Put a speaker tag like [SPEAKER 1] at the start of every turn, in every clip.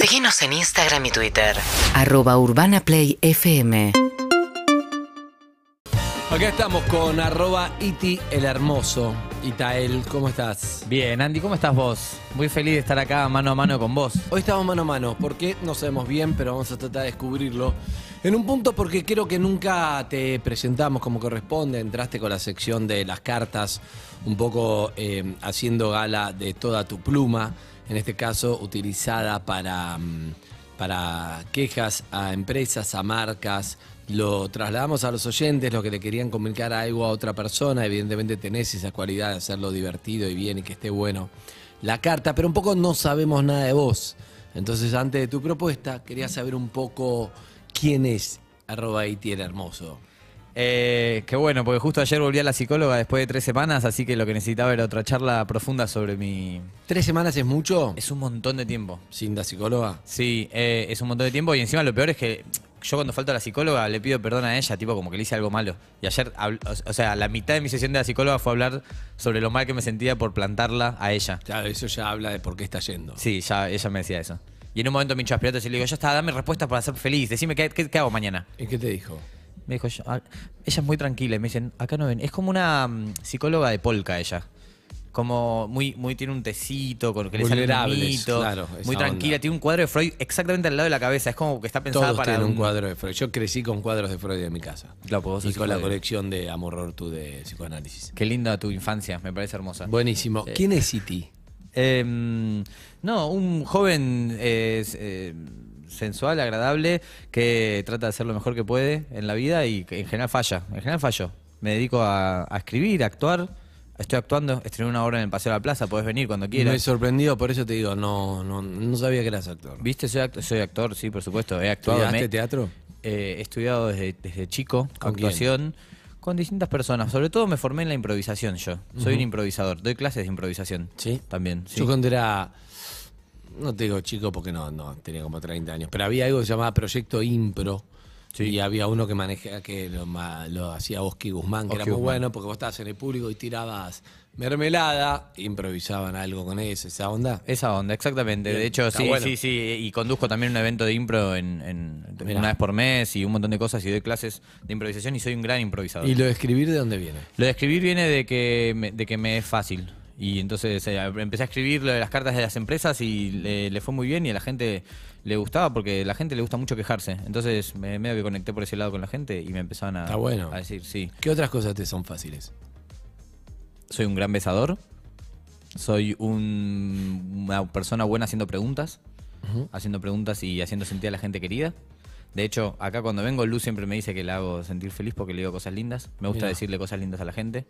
[SPEAKER 1] Seguinos en Instagram y Twitter.
[SPEAKER 2] Arroba Urbana Play FM.
[SPEAKER 3] Acá estamos con arroba iti el hermoso. Itael, ¿cómo estás?
[SPEAKER 4] Bien, Andy, ¿cómo estás vos? Muy feliz de estar acá mano a mano con vos.
[SPEAKER 3] Hoy estamos mano a mano, ¿por qué? No sabemos bien, pero vamos a tratar de descubrirlo. En un punto porque creo que nunca te presentamos como corresponde, entraste con la sección de las cartas, un poco eh, haciendo gala de toda tu pluma, en este caso utilizada para, mm, para quejas a empresas, a marcas. Lo trasladamos a los oyentes, lo que le querían comunicar algo a otra persona. Evidentemente tenés esa cualidad de hacerlo divertido y bien y que esté bueno la carta, pero un poco no sabemos nada de vos. Entonces, antes de tu propuesta, quería saber un poco quién es arroba IT el hermoso.
[SPEAKER 4] Eh, qué bueno, porque justo ayer volví a la psicóloga después de tres semanas, así que lo que necesitaba era otra charla profunda sobre mi...
[SPEAKER 3] ¿Tres semanas es mucho?
[SPEAKER 4] Es un montón de tiempo.
[SPEAKER 3] Sin la psicóloga.
[SPEAKER 4] Sí, eh, es un montón de tiempo y encima lo peor es que yo cuando falto a la psicóloga le pido perdón a ella, tipo como que le hice algo malo. Y ayer, habl- o o sea, la mitad de mi sesión de la psicóloga fue hablar sobre lo mal que me sentía por plantarla a ella.
[SPEAKER 3] Claro, eso ya habla de por qué está yendo.
[SPEAKER 4] Sí, ya ella me decía eso. Y en un momento me hinchó las pelotas y le digo, ya está, dame respuestas para ser feliz, decime qué, qué- qué hago mañana.
[SPEAKER 3] ¿Y qué te dijo?
[SPEAKER 4] Me dijo, yo- ah, ella es muy tranquila. Y me dicen, acá no ven. Es como una mm, psicóloga de polka ella. Como muy, muy tiene un tecito, con que le sale un
[SPEAKER 3] Vulnerables,
[SPEAKER 4] mito,
[SPEAKER 3] claro, esa
[SPEAKER 4] muy tranquila.
[SPEAKER 3] onda.
[SPEAKER 4] Tiene un cuadro de Freud exactamente al lado de la cabeza. Es como que está pensada
[SPEAKER 3] Todos
[SPEAKER 4] para.
[SPEAKER 3] tienen un cuadro de Freud. Yo crecí con cuadros de Freud en mi casa.
[SPEAKER 4] Claro, porque vos
[SPEAKER 3] y
[SPEAKER 4] sos
[SPEAKER 3] con
[SPEAKER 4] hijo
[SPEAKER 3] la
[SPEAKER 4] de-
[SPEAKER 3] colección de Amor Ortu de psicoanálisis.
[SPEAKER 4] Qué linda tu infancia, me parece hermosa.
[SPEAKER 3] Buenísimo. ¿Quién es E Iti?
[SPEAKER 4] Eh, mm, no, un joven eh, s- eh, sensual, agradable, que trata de hacer lo mejor que puede en la vida y que en general falla. En general fallo. Me dedico a, a escribir, a actuar. Estoy actuando, estrené una obra en el Paseo de la Plaza, podés venir cuando quieras.
[SPEAKER 3] Me sorprendió, por eso te digo, no, no, no sabía que eras actor.
[SPEAKER 4] ¿Viste? Soy, act- soy actor, sí, por supuesto. He actuado.
[SPEAKER 3] ¿Estudiaste
[SPEAKER 4] me-
[SPEAKER 3] teatro?
[SPEAKER 4] eh, he estudiado desde, desde chico,
[SPEAKER 3] ¿Con quién?
[SPEAKER 4] actuación, con distintas personas. Sobre todo me formé en la improvisación yo. Soy un improvisador, doy clases de improvisación.
[SPEAKER 3] Sí.
[SPEAKER 4] También, sí.
[SPEAKER 3] Yo cuando era. No te digo chico porque no, no, tenía como 30 años. Pero había algo que se llamaba Proyecto Impro. Y había uno que manejaba, que lo, ma- lo hacía Oski Guzmán, que era
[SPEAKER 4] Oski
[SPEAKER 3] muy
[SPEAKER 4] Guzmán.
[SPEAKER 3] bueno porque vos estabas en el público y tirabas mermelada, improvisaban algo con eso, esa onda.
[SPEAKER 4] Esa onda, exactamente.
[SPEAKER 3] Bien,
[SPEAKER 4] De hecho,
[SPEAKER 3] está
[SPEAKER 4] sí,
[SPEAKER 3] bueno.
[SPEAKER 4] sí, sí. Y conduzco también un evento de impro en, en-
[SPEAKER 3] Mirá.
[SPEAKER 4] una vez por mes y un montón de cosas y doy clases de improvisación y soy un gran improvisador.
[SPEAKER 3] ¿Y lo de escribir de dónde viene?
[SPEAKER 4] Lo de escribir viene de que me, de que me es fácil. Y entonces eh, empecé a escribir lo de las cartas de las empresas y le, le fue muy bien y a la gente le gustaba porque a la gente le gusta mucho quejarse. Entonces me, medio que conecté por ese lado con la gente y me empezaban a,
[SPEAKER 3] Está bueno.
[SPEAKER 4] a decir, sí,
[SPEAKER 3] ¿Qué otras cosas te son fáciles?
[SPEAKER 4] soy un gran besador, soy un- una persona buena haciendo preguntas, haciendo preguntas y haciendo sentir a la gente querida. De hecho, acá cuando vengo, Luz siempre me dice que la hago sentir feliz porque le digo cosas lindas. Me gusta
[SPEAKER 3] Mirá.
[SPEAKER 4] decirle cosas lindas a la gente,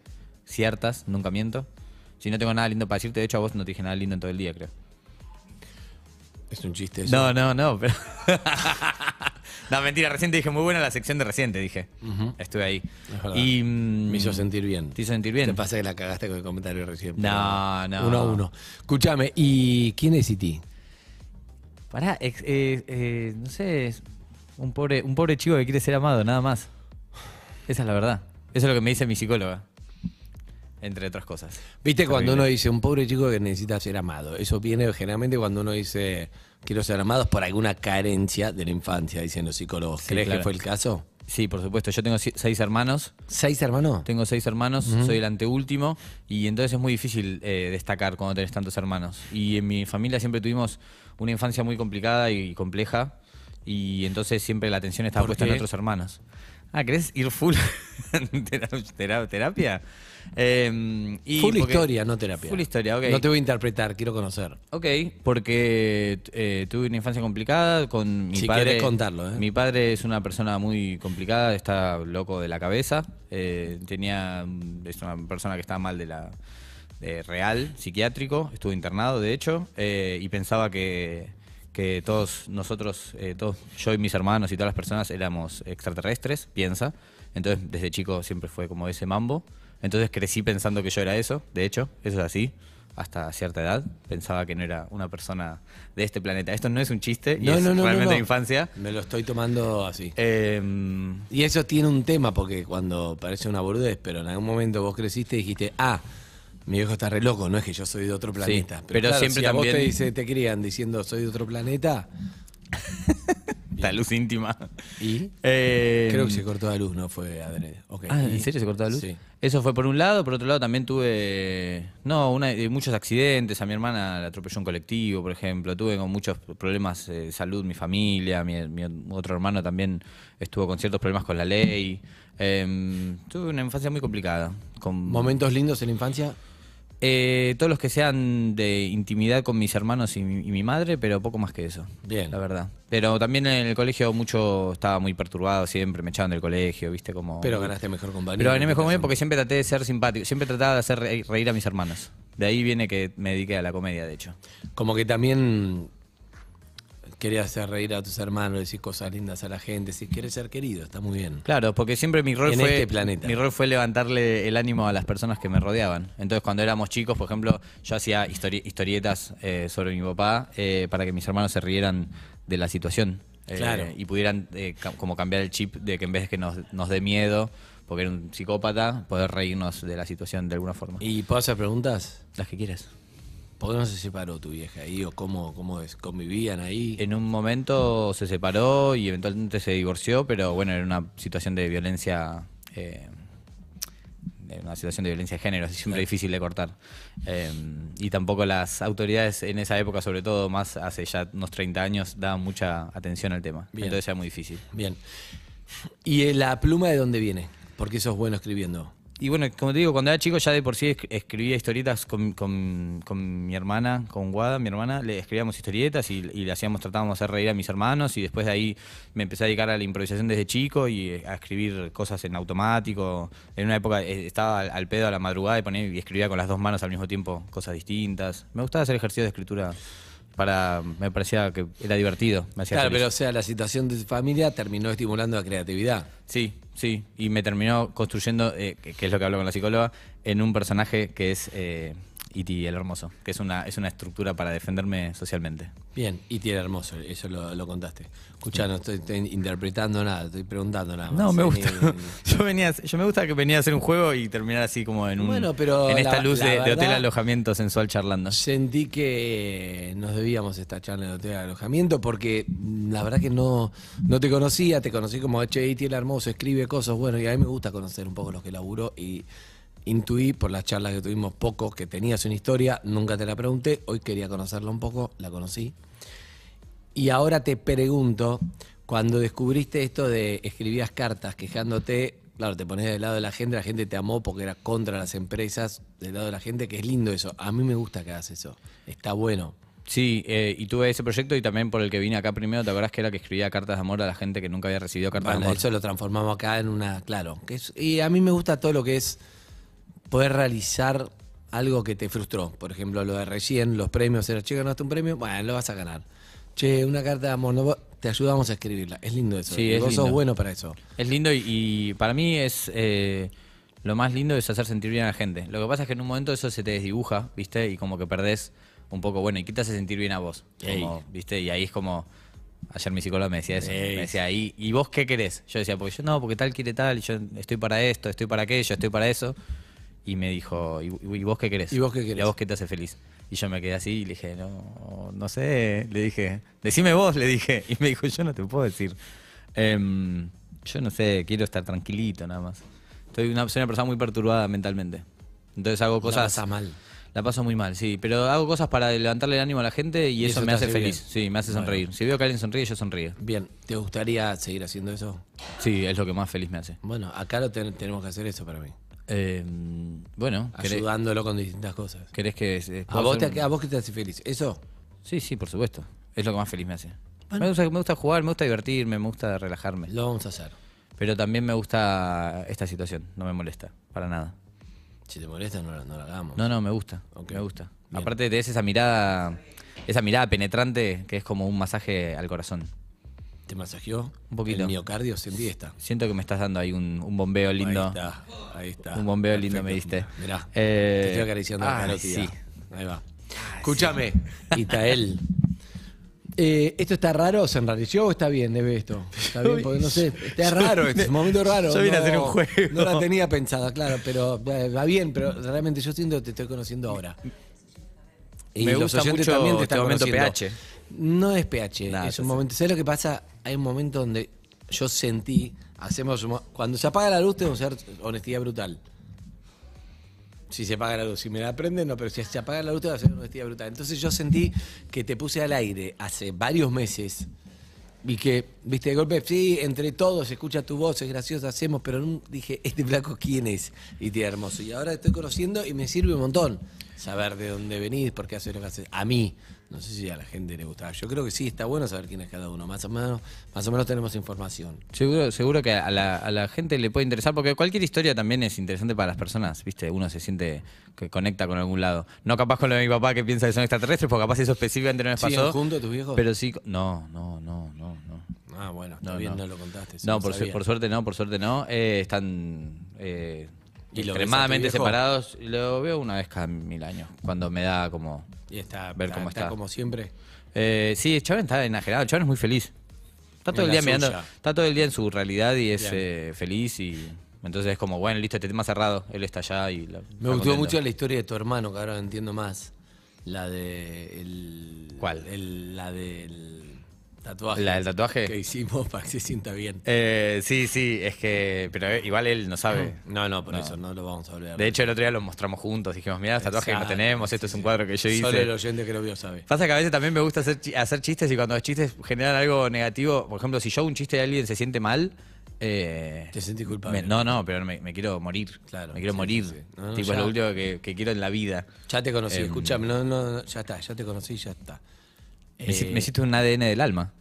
[SPEAKER 4] ciertas, nunca miento. Si no tengo nada lindo para decirte, de hecho a vos no te dije nada lindo en todo el día, creo.
[SPEAKER 3] Es un chiste eso.
[SPEAKER 4] No, no, no, pero... no, mentira, reciente dije, muy buena la sección de reciente, dije. Estuve ahí.
[SPEAKER 3] Es verdad.
[SPEAKER 4] y mm,
[SPEAKER 3] Me hizo sentir bien.
[SPEAKER 4] Te hizo sentir bien.
[SPEAKER 3] Te pasa que la cagaste con el comentario recién.
[SPEAKER 4] No,
[SPEAKER 3] pero
[SPEAKER 4] no.
[SPEAKER 3] Uno a uno. Escúchame, ¿y quién es E Iti?
[SPEAKER 4] Pará, ex- eh, eh, no sé, es un pobre, un pobre chico que quiere ser amado, nada más. Esa es la verdad. Eso es lo que me dice mi psicóloga. Entre otras cosas.
[SPEAKER 3] Viste cuando
[SPEAKER 4] Terrible.
[SPEAKER 3] uno dice un pobre chico que necesita ser amado. Eso viene generalmente cuando uno dice quiero ser amado es por alguna carencia de la infancia, dicen los psicólogos.
[SPEAKER 4] Sí,
[SPEAKER 3] ¿Crees que
[SPEAKER 4] claro.
[SPEAKER 3] fue el caso?
[SPEAKER 4] Sí, por supuesto. Yo tengo si- seis hermanos.
[SPEAKER 3] ¿Seis hermanos?
[SPEAKER 4] Tengo seis hermanos, soy el anteúltimo. Y entonces es muy difícil eh, destacar cuando tenés tantos hermanos. Y en mi familia siempre tuvimos una infancia muy complicada y compleja. Y entonces siempre la atención estaba
[SPEAKER 3] ¿Por
[SPEAKER 4] puesta en
[SPEAKER 3] qué?
[SPEAKER 4] otros hermanos. Ah, ¿querés ir full tera- tera- terapia? Eh, y
[SPEAKER 3] Full
[SPEAKER 4] porque-
[SPEAKER 3] historia, no terapia.
[SPEAKER 4] Full historia, ok.
[SPEAKER 3] No te voy a interpretar, quiero conocer.
[SPEAKER 4] Ok, porque eh, tuve una infancia complicada con mi
[SPEAKER 3] Si
[SPEAKER 4] padre.
[SPEAKER 3] querés contarlo, ¿eh?
[SPEAKER 4] Mi padre es una persona muy complicada, está loco de la cabeza. eh, tenía es una persona que estaba mal de la de real, psiquiátrico, estuvo internado, de hecho, eh, y pensaba que que todos nosotros, eh, todos, yo y mis hermanos y todas las personas éramos extraterrestres, piensa. Entonces, desde chico siempre fue como ese mambo. Entonces crecí pensando que yo era eso, de hecho, eso es así, hasta cierta edad. Pensaba que no era una persona de este planeta. Esto no es un chiste, y es realmente de infancia.
[SPEAKER 3] Me lo estoy tomando así.
[SPEAKER 4] Em,
[SPEAKER 3] Y eso tiene un tema, porque cuando parece una boludez, pero en algún momento vos creciste y dijiste, ah, Mi viejo está re loco, no es que yo soy de otro planeta.
[SPEAKER 4] pero siempre
[SPEAKER 3] si a vos
[SPEAKER 4] también-
[SPEAKER 3] te, dice- te crían diciendo soy de otro planeta,
[SPEAKER 4] La luz íntima.
[SPEAKER 3] y
[SPEAKER 4] Eh,
[SPEAKER 3] creo que se cortó la luz, no fue adrede. Ok,
[SPEAKER 4] Ah,
[SPEAKER 3] y-
[SPEAKER 4] ¿en serio se cortó la luz?
[SPEAKER 3] Sí.
[SPEAKER 4] Eso fue por un lado, por otro lado también tuve no, una, eh, muchos accidentes, a mi hermana la atropelló un colectivo, por ejemplo, tuve con muchos problemas eh, de salud, mi familia, mi, mi otro hermano también estuvo con ciertos problemas con la ley. Em, tuve una infancia muy complicada. Con,
[SPEAKER 3] ¿Momentos lindos en la infancia?
[SPEAKER 4] Eh, todos los que sean de intimidad con mis hermanos y mi, y mi madre, pero poco más que eso.
[SPEAKER 3] Bien.
[SPEAKER 4] La verdad. Pero también en el colegio mucho estaba muy perturbado siempre, me echaban del colegio, viste, como.
[SPEAKER 3] Pero ganaste mejor compañía.
[SPEAKER 4] Pero gané mejor conmigo porque siempre traté de ser simpático, siempre trataba de hacer re- reír a mis hermanos. De ahí viene que me dediqué a la comedia, de hecho.
[SPEAKER 3] Como que también querías hacer reír a tus hermanos, decir cosas lindas a la gente, si quieres ser querido, está muy bien.
[SPEAKER 4] Claro, porque siempre mi rol
[SPEAKER 3] Mm. En
[SPEAKER 4] fue
[SPEAKER 3] este planeta.
[SPEAKER 4] mi rol fue levantarle el ánimo a las personas que me rodeaban. Entonces, cuando éramos chicos, por ejemplo, yo hacía histori- historietas eh, sobre mi papá eh, para que mis hermanos se rieran de la situación eh,
[SPEAKER 3] Claro.
[SPEAKER 4] y pudieran eh, ca- como cambiar el chip de que en vez de que nos, nos dé miedo, porque era un psicópata, poder reírnos de la situación de alguna forma.
[SPEAKER 3] ¿Y puedo hacer preguntas?
[SPEAKER 4] Las que quieras.
[SPEAKER 3] ¿Por qué no se separó tu vieja ahí o cómo, cómo es? convivían ahí?
[SPEAKER 4] En un momento se separó y eventualmente se divorció, pero bueno, era una situación de violencia. eh, de una situación de violencia de género, así siempre difícil de cortar. Eh, y tampoco las autoridades en esa época, sobre todo más hace ya unos 30 años, daban mucha atención al tema.
[SPEAKER 3] Bien.
[SPEAKER 4] Entonces era muy difícil.
[SPEAKER 3] Bien. ¿Y eh, la pluma de dónde viene? Porque sos bueno escribiendo.
[SPEAKER 4] Y bueno, como te digo, cuando era chico ya de por sí es- escribía historietas con, con- con mi hermana, con Guada, mi hermana, le escribíamos historietas y, y le hacíamos, tratábamos de hacer reír a mis hermanos y después de ahí me empecé a dedicar a la improvisación desde chico y eh, a escribir cosas en automático. En una época eh, estaba al, al pedo a la madrugada y, ponía, y escribía con las dos manos al mismo tiempo cosas distintas. Me gustaba hacer ejercicios de escritura para, me parecía que era divertido. Me hacía
[SPEAKER 3] Claro,
[SPEAKER 4] feliz.
[SPEAKER 3] pero o sea, la situación de tu familia terminó estimulando la creatividad.
[SPEAKER 4] Sí, sí. Y me terminó construyendo, eh, que, que es lo que hablo con la psicóloga, en un personaje que es eh, E.T. el Hermoso, que es una, es una estructura para defenderme socialmente.
[SPEAKER 3] Bien, y tiene hermoso, eso lo, lo contaste. Escuchá, no estoy, estoy interpretando nada, estoy preguntando nada. más.
[SPEAKER 4] No, me
[SPEAKER 3] Ni-
[SPEAKER 4] gusta.
[SPEAKER 3] ni- ni-
[SPEAKER 4] Yo, venía, yo me gusta que venía a hacer un juego y terminar así como en un
[SPEAKER 3] Bueno, pero
[SPEAKER 4] en esta
[SPEAKER 3] la-
[SPEAKER 4] luz
[SPEAKER 3] la
[SPEAKER 4] de, de hotel
[SPEAKER 3] verdad-
[SPEAKER 4] alojamiento sensual charlando.
[SPEAKER 3] Sentí que nos debíamos esta charla de hotel de alojamiento porque mm, la verdad que no, no te conocía, te conocí como H.I.T. el hermoso, escribe cosas, bueno, y a mí me gusta conocer un poco los que laburo y intuí por las charlas que tuvimos poco que tenías una historia, nunca te la pregunté, hoy quería conocerla un poco, la conocí. Y ahora te pregunto, cuando descubriste esto de escribías cartas quejándote, claro, te pones del lado de la gente, la gente te amó porque era contra las empresas, del lado de la gente, que es lindo eso. A mí me gusta que hagas eso. Está bueno.
[SPEAKER 4] Sí, eh, y tuve ese proyecto y también por el que vine acá primero, ¿te acordás que era que escribía cartas de amor a la gente que nunca había recibido cartas de
[SPEAKER 3] Bueno,
[SPEAKER 4] amor?
[SPEAKER 3] eso lo transformamos acá en una, claro. que es- y a mí me gusta todo lo que es poder realizar algo que te frustró. Por ejemplo, lo de recién, los premios, era, che, ganaste un premio, bueno, lo vas a ganar. Che, una carta de amor, no, vos- te ayudamos a escribirla. Es lindo eso.
[SPEAKER 4] Sí,
[SPEAKER 3] y
[SPEAKER 4] es
[SPEAKER 3] vos sos
[SPEAKER 4] lindo.
[SPEAKER 3] bueno para eso.
[SPEAKER 4] Es lindo y, y para mí es eh, lo más lindo es hacer sentir bien a la gente. Lo que pasa es que en un momento eso se te desdibuja, ¿viste? Y como que perdés un poco, bueno, ¿y qué te hace sentir bien a vos? Como, ¿Viste? Y ahí es como, ayer mi psicóloga me decía eso,
[SPEAKER 3] Ey.
[SPEAKER 4] me decía, ¿y, ¿y vos qué querés? Yo decía, porque yo no, porque tal quiere tal, yo estoy para esto, estoy para aquello, estoy para eso. Y me dijo, ¿y, y vos qué querés?
[SPEAKER 3] ¿Y vos qué querés?
[SPEAKER 4] ¿Y a vos qué te hace feliz? Y yo me quedé así y le dije, no, no sé. Le dije, decime vos, le dije. Y me dijo, yo no te puedo decir. Em, yo no sé, quiero estar tranquilito nada más. Estoy una, soy una persona muy perturbada mentalmente. Entonces hago
[SPEAKER 3] La
[SPEAKER 4] cosas.
[SPEAKER 3] pasás mal.
[SPEAKER 4] La paso muy mal, sí. Pero hago cosas para levantarle el ánimo a la gente y,
[SPEAKER 3] Y
[SPEAKER 4] eso,
[SPEAKER 3] eso
[SPEAKER 4] me
[SPEAKER 3] te
[SPEAKER 4] hace
[SPEAKER 3] hace
[SPEAKER 4] feliz.
[SPEAKER 3] bien.
[SPEAKER 4] Sí, me hace sonreír. Si veo que alguien sonríe, yo sonrío.
[SPEAKER 3] Bien, ¿te gustaría seguir haciendo eso?
[SPEAKER 4] Sí, es lo que más feliz me hace.
[SPEAKER 3] Bueno, acá lo ten- tenemos que hacer eso para mí.
[SPEAKER 4] Em, bueno, ¿querés,
[SPEAKER 3] Ayudándolo con distintas cosas.
[SPEAKER 4] querés que. eh,
[SPEAKER 3] ¿A
[SPEAKER 4] puedo
[SPEAKER 3] vos,
[SPEAKER 4] hacer
[SPEAKER 3] te,
[SPEAKER 4] un-
[SPEAKER 3] ¿A vos que te hace feliz? ¿Eso?
[SPEAKER 4] Sí, sí, por supuesto. Es lo que más feliz me hace. Me, gusta, me gusta jugar, me gusta divertirme, me gusta relajarme.
[SPEAKER 3] Lo vamos a hacer.
[SPEAKER 4] Pero también me gusta esta situación, no me molesta, para nada.
[SPEAKER 3] Si te molesta, no, lo- no lo hagamos.
[SPEAKER 4] No, no, me gusta,
[SPEAKER 3] Ok,
[SPEAKER 4] me gusta.
[SPEAKER 3] bien.
[SPEAKER 4] Aparte tenés esa mirada, esa mirada penetrante que es como un masaje al corazón.
[SPEAKER 3] ¿Te masajeó?
[SPEAKER 4] Un poquito.
[SPEAKER 3] El miocardio sentí esta.
[SPEAKER 4] Siento que me estás dando ahí un, un bombeo
[SPEAKER 3] Ahí
[SPEAKER 4] lindo.
[SPEAKER 3] está. Ahí está.
[SPEAKER 4] Un bombeo lindo me
[SPEAKER 3] Perfecto.
[SPEAKER 4] diste.
[SPEAKER 3] Mirá.
[SPEAKER 4] Eh,
[SPEAKER 3] te estoy acariciando la
[SPEAKER 4] ay,
[SPEAKER 3] carotida.
[SPEAKER 4] sí.
[SPEAKER 3] Ahí va. Escúchame, Itael. Eh, ¿Esto está raro? ¿Se enrareció o está bien? Debe esto. Está bien, porque no sé, está raro, este es un momento raro.
[SPEAKER 4] yo vine a
[SPEAKER 3] no-
[SPEAKER 4] hacer un juego.
[SPEAKER 3] No la tenía pensada, claro, pero eh, va bien, pero realmente yo siento que te estoy conociendo ahora.
[SPEAKER 4] Me
[SPEAKER 3] los
[SPEAKER 4] gusta
[SPEAKER 3] oyentes
[SPEAKER 4] mucho
[SPEAKER 3] te
[SPEAKER 4] este
[SPEAKER 3] están
[SPEAKER 4] momento
[SPEAKER 3] conociendo.
[SPEAKER 4] PH.
[SPEAKER 3] No es PH,
[SPEAKER 4] Nah,
[SPEAKER 3] es
[SPEAKER 4] ya
[SPEAKER 3] un
[SPEAKER 4] sé.
[SPEAKER 3] momento. ¿Sabes lo que pasa? Hay un momento donde yo sentí, hacemos un mo- cuando se apaga la luz tengo que usar honestidad brutal. Si se apaga la luz, si me la prenden, no, pero si se apaga la luz, te va a hacer una honestidad brutal. Entonces yo sentí que te puse al aire hace varios meses y que, viste, de golpe, sí, entre todos, se escucha tu voz, es gracioso, hacemos, pero nun- dije, ¿este flaco quién es? Y te hermoso. Y ahora te estoy conociendo y me sirve un montón saber de dónde venís, por qué haces lo que haces. A mí, no sé si a la gente le gustaba. Yo creo que sí, está bueno saber quién es cada uno. Más o menos, más o menos tenemos información.
[SPEAKER 4] Seguro, seguro que a la, a la gente le puede interesar, porque cualquier historia también es interesante para las personas, ¿viste? Uno se siente que conecta con algún lado. No capaz con lo de mi papá que piensa que son extraterrestres, porque capaz eso específicamente no les
[SPEAKER 3] ¿Siguen
[SPEAKER 4] pasó.
[SPEAKER 3] juntos tus viejos?
[SPEAKER 4] Pero sí, no, no, no, no, no.
[SPEAKER 3] Ah, bueno, está
[SPEAKER 4] No,
[SPEAKER 3] bien, no.
[SPEAKER 4] no.
[SPEAKER 3] lo contaste. sí
[SPEAKER 4] No,
[SPEAKER 3] lo
[SPEAKER 4] por, su-
[SPEAKER 3] sabía.
[SPEAKER 4] por suerte no, por suerte no. Eh, están eh,
[SPEAKER 3] ¿Y lo ves a tu
[SPEAKER 4] extremadamente
[SPEAKER 3] viejo?
[SPEAKER 4] separados. Lo veo una vez cada mil años, cuando me da como...
[SPEAKER 3] Y está,
[SPEAKER 4] Ver cómo
[SPEAKER 3] está
[SPEAKER 4] está.
[SPEAKER 3] como siempre.
[SPEAKER 4] Eh, sí, Chávez está enajenado, Chávez es muy feliz. Está todo
[SPEAKER 3] En
[SPEAKER 4] el
[SPEAKER 3] la
[SPEAKER 4] día mirando,
[SPEAKER 3] suya.
[SPEAKER 4] está todo el día en su realidad y es
[SPEAKER 3] Bien.
[SPEAKER 4] eh, feliz y entonces es como, bueno, listo, este tema cerrado, él está allá y la- está
[SPEAKER 3] Me gustó
[SPEAKER 4] contento.
[SPEAKER 3] mucho la historia de tu hermano, que ahora entiendo más. La de. El,
[SPEAKER 4] ¿Cuál?
[SPEAKER 3] el- la del tatuaje.
[SPEAKER 4] ¿La del tatuaje?
[SPEAKER 3] Que hicimos para que se sienta bien.
[SPEAKER 4] Eh, sí, sí, es que, pero eh, igual él no sabe.
[SPEAKER 3] No, no, por eso no lo vamos a olvidar.
[SPEAKER 4] De hecho, el otro día lo mostramos juntos, dijimos, mirá, los tatuajes que
[SPEAKER 3] Exacto,
[SPEAKER 4] tenemos, esto es un cuadro que yo hice.
[SPEAKER 3] Solo el oyente que lo vio sabe.
[SPEAKER 4] Pasa que a veces también me gusta hacer, chi- hacer chistes y cuando los chistes generan algo negativo, por ejemplo, si yo hago un chiste y alguien se siente mal, eh,
[SPEAKER 3] Te sentís culpable.
[SPEAKER 4] me- no, no, pero me, me quiero morir.
[SPEAKER 3] Claro,
[SPEAKER 4] me quiero
[SPEAKER 3] sí,
[SPEAKER 4] morir.
[SPEAKER 3] sí, sí. No, no,
[SPEAKER 4] tipo,
[SPEAKER 3] ya.
[SPEAKER 4] es lo último que, que quiero en la vida.
[SPEAKER 3] Ya te conocí,
[SPEAKER 4] Em.
[SPEAKER 3] escúchame. No, no, no, ya está, ya te conocí, ya está.
[SPEAKER 4] Me, hici-
[SPEAKER 3] Eh,
[SPEAKER 4] me hiciste un ADN del alma.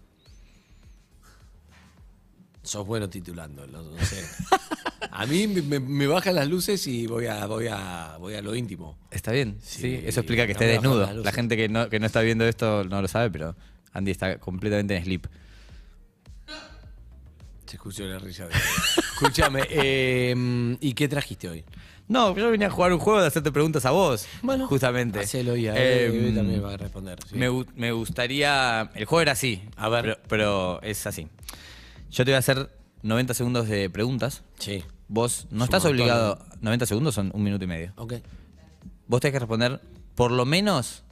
[SPEAKER 3] Sos bueno titulando, no, no sé. A mí me, me- me bajan las luces y voy a, voy a, voy a lo íntimo.
[SPEAKER 4] Está bien, sí.
[SPEAKER 3] Sí,
[SPEAKER 4] Eso explica que
[SPEAKER 3] no
[SPEAKER 4] esté
[SPEAKER 3] me bajo
[SPEAKER 4] desnudo.
[SPEAKER 3] las luces.
[SPEAKER 4] La gente que no, que no está viendo esto no lo sabe, pero Andy está completamente en sleep.
[SPEAKER 3] Se escuchó la risa de. Escúchame, eh, ¿y qué trajiste hoy?
[SPEAKER 4] No, yo venía a jugar un juego de hacerte preguntas a vos.
[SPEAKER 3] Bueno,
[SPEAKER 4] justamente.
[SPEAKER 3] Hacelo y a
[SPEAKER 4] Eh, mm,
[SPEAKER 3] Bebe también va a responder. sí.
[SPEAKER 4] Me, gu- me gustaría. El juego era así. A ver. Pero, pero es así. Yo te voy a hacer 90 segundos de preguntas.
[SPEAKER 3] Sí.
[SPEAKER 4] Vos no
[SPEAKER 3] un
[SPEAKER 4] estás
[SPEAKER 3] montón,
[SPEAKER 4] obligado. 90 segundos son un minuto y medio.
[SPEAKER 3] Ok,
[SPEAKER 4] Vos tenés que responder por lo menos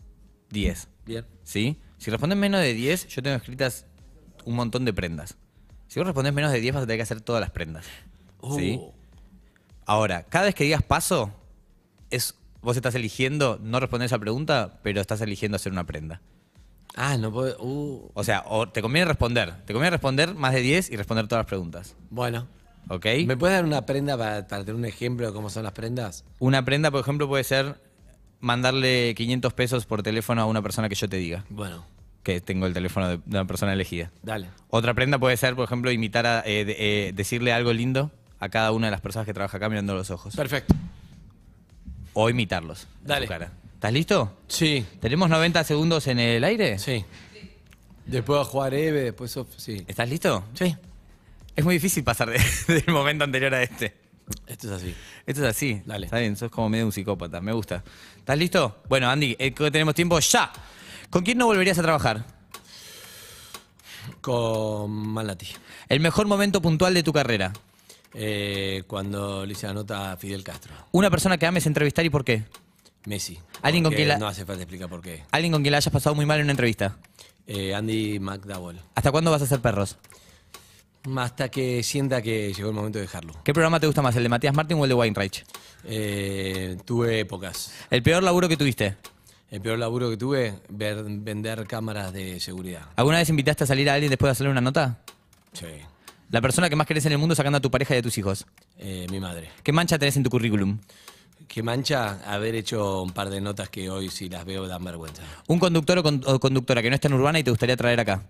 [SPEAKER 4] 10.
[SPEAKER 3] bien.
[SPEAKER 4] ¿Sí? Si respondes menos de 10, yo tengo escritas un montón de prendas. Si vos respondés menos de 10, vas a tener que hacer todas las prendas. ¿Sí?
[SPEAKER 3] Uh,
[SPEAKER 4] Ahora, cada vez que digas paso, es. Vos estás eligiendo no responder esa pregunta, pero estás eligiendo hacer una prenda.
[SPEAKER 3] Ah, no puedo. uh,
[SPEAKER 4] O sea, o te conviene responder. Te conviene responder más de 10 y responder todas las preguntas.
[SPEAKER 3] bueno.
[SPEAKER 4] ¿Ok?
[SPEAKER 3] ¿Me puedes dar una prenda para, para tener un ejemplo de cómo son las prendas?
[SPEAKER 4] Una prenda, por ejemplo, puede ser mandarle 500 pesos por teléfono a una persona que yo te diga,
[SPEAKER 3] Bueno,
[SPEAKER 4] que tengo el teléfono de de una persona elegida.
[SPEAKER 3] dale.
[SPEAKER 4] Otra prenda puede ser, por ejemplo, imitar a eh, de- eh, decirle algo lindo a cada una de las personas que trabaja acá mirando los ojos.
[SPEAKER 3] Perfecto.
[SPEAKER 4] O imitarlos. en
[SPEAKER 3] Dale.
[SPEAKER 4] su cara. ¿Estás listo?
[SPEAKER 3] Sí,
[SPEAKER 4] ¿Tenemos 90 segundos en el aire?
[SPEAKER 3] sí. Después va a jugar Eve, después Sof- sí.
[SPEAKER 4] ¿Estás listo?
[SPEAKER 3] Sí,
[SPEAKER 4] Es muy difícil pasar de- del momento anterior a este.
[SPEAKER 3] esto es así.
[SPEAKER 4] Esto es así.
[SPEAKER 3] Dale.
[SPEAKER 4] Está bien, sos como medio un psicópata. Me gusta. ¿Estás listo? Bueno, Andy, eh, que tenemos tiempo ya. ¿Con quién no volverías a trabajar?
[SPEAKER 3] Con Malati.
[SPEAKER 4] El mejor momento puntual de tu carrera.
[SPEAKER 3] Eh, cuando le hice la nota a Fidel Castro.
[SPEAKER 4] Una persona que ames entrevistar y por qué.
[SPEAKER 3] Messi.
[SPEAKER 4] Alguien con
[SPEAKER 3] Porque
[SPEAKER 4] quien la-
[SPEAKER 3] No hace falta explicar por qué.
[SPEAKER 4] Alguien con quien la hayas pasado muy mal en una entrevista.
[SPEAKER 3] Eh, Andy McDowell.
[SPEAKER 4] ¿Hasta cuándo vas a hacer perros?
[SPEAKER 3] Hasta que sienta que llegó el momento de dejarlo.
[SPEAKER 4] ¿Qué programa te gusta más, el de Matías Martín o el de Weinreich?
[SPEAKER 3] Eh, tuve épocas.
[SPEAKER 4] El peor laburo que tuviste.
[SPEAKER 3] El peor laburo que tuve, ver- vender cámaras de seguridad.
[SPEAKER 4] ¿Alguna vez invitaste a salir a alguien después de hacerle una nota?
[SPEAKER 3] Sí.
[SPEAKER 4] La persona que más querés en el mundo sacando a tu pareja y a tus hijos.
[SPEAKER 3] Eh, mi madre.
[SPEAKER 4] ¿Qué mancha tenés en tu currículum?
[SPEAKER 3] Qué mancha haber hecho un par de notas que hoy si las veo dan vergüenza.
[SPEAKER 4] Un conductor o, con- o conductora que no está en urbana y te gustaría traer acá.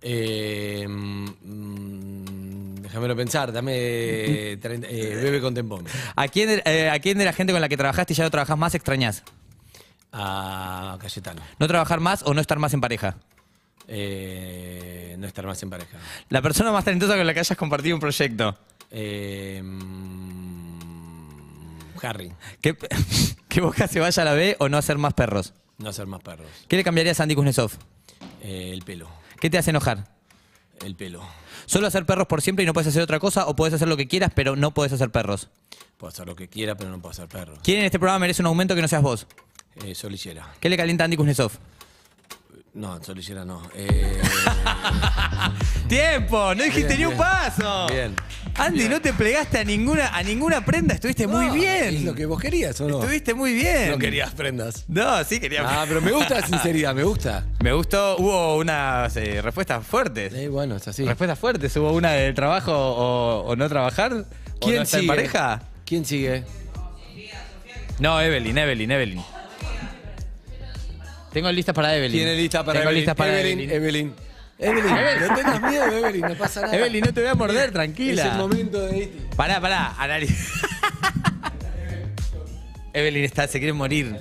[SPEAKER 3] Eh, mm, mm, déjamelo pensar, dame 30, eh, bebe con tempón.
[SPEAKER 4] ¿A quién, de- eh, ¿A quién de la gente con la que trabajaste y ya no trabajas más extrañas?
[SPEAKER 3] A Cayetano.
[SPEAKER 4] ¿No trabajar más o no estar más en pareja?
[SPEAKER 3] Eh, no estar más en pareja.
[SPEAKER 4] La persona más talentosa con la que hayas compartido un proyecto.
[SPEAKER 3] Eh, mm, Harry,
[SPEAKER 4] ¿Qué, que Boca se vaya a la B o no hacer más perros?
[SPEAKER 3] no hacer más perros.
[SPEAKER 4] ¿Qué le cambiarías a Andy Kuznetsov?
[SPEAKER 3] Eh, el pelo.
[SPEAKER 4] ¿Qué te hace enojar?
[SPEAKER 3] el pelo.
[SPEAKER 4] Solo hacer perros por siempre y no puedes hacer otra cosa, o puedes hacer lo que quieras, pero no puedes hacer perros.
[SPEAKER 3] Puedo hacer lo que quiera, pero no puedo hacer perro.
[SPEAKER 4] ¿Quién en este programa merece un aumento que no seas vos?
[SPEAKER 3] Eh, solillera.
[SPEAKER 4] ¿Qué le calienta a Andy Kuznetsov?
[SPEAKER 3] No, solillera no. Eh,
[SPEAKER 4] ¡Tiempo! ¡No dijiste
[SPEAKER 3] Bien,
[SPEAKER 4] ni un
[SPEAKER 3] bien.
[SPEAKER 4] paso!
[SPEAKER 3] Bien.
[SPEAKER 4] Andy, no te plegaste a ninguna, a ninguna prenda. Estuviste muy
[SPEAKER 3] Eh, no,
[SPEAKER 4] bien.
[SPEAKER 3] Es lo que vos querías, ¿o no?
[SPEAKER 4] Estuviste muy bien.
[SPEAKER 3] No querías prendas.
[SPEAKER 4] No, sí quería.
[SPEAKER 3] Ah, pero me gusta la sinceridad, me gusta.
[SPEAKER 4] Me gustó. Hubo unas eh, respuestas fuertes.
[SPEAKER 3] Eh, bueno, es así.
[SPEAKER 4] Respuestas fuertes. Hubo una del trabajo o, o no trabajar. ¿Quién no estar en pareja?
[SPEAKER 3] ¿Quién sigue?
[SPEAKER 4] No, Evelyn, Evelyn, Evelyn. Tengo listas para Evelyn.
[SPEAKER 3] Tiene lista para
[SPEAKER 4] Tengo
[SPEAKER 3] Evelyn.
[SPEAKER 4] listas para
[SPEAKER 3] Evelyn.
[SPEAKER 4] Evelyn.
[SPEAKER 3] Evelyn. Evelyn, no tengas miedo, Evelyn, no pasa nada.
[SPEAKER 4] Evelyn, no te voy a morder,
[SPEAKER 3] Es el
[SPEAKER 4] tranquila.
[SPEAKER 3] momento de.
[SPEAKER 4] Pará, pará, analiza. Evelyn está, se quiere morir.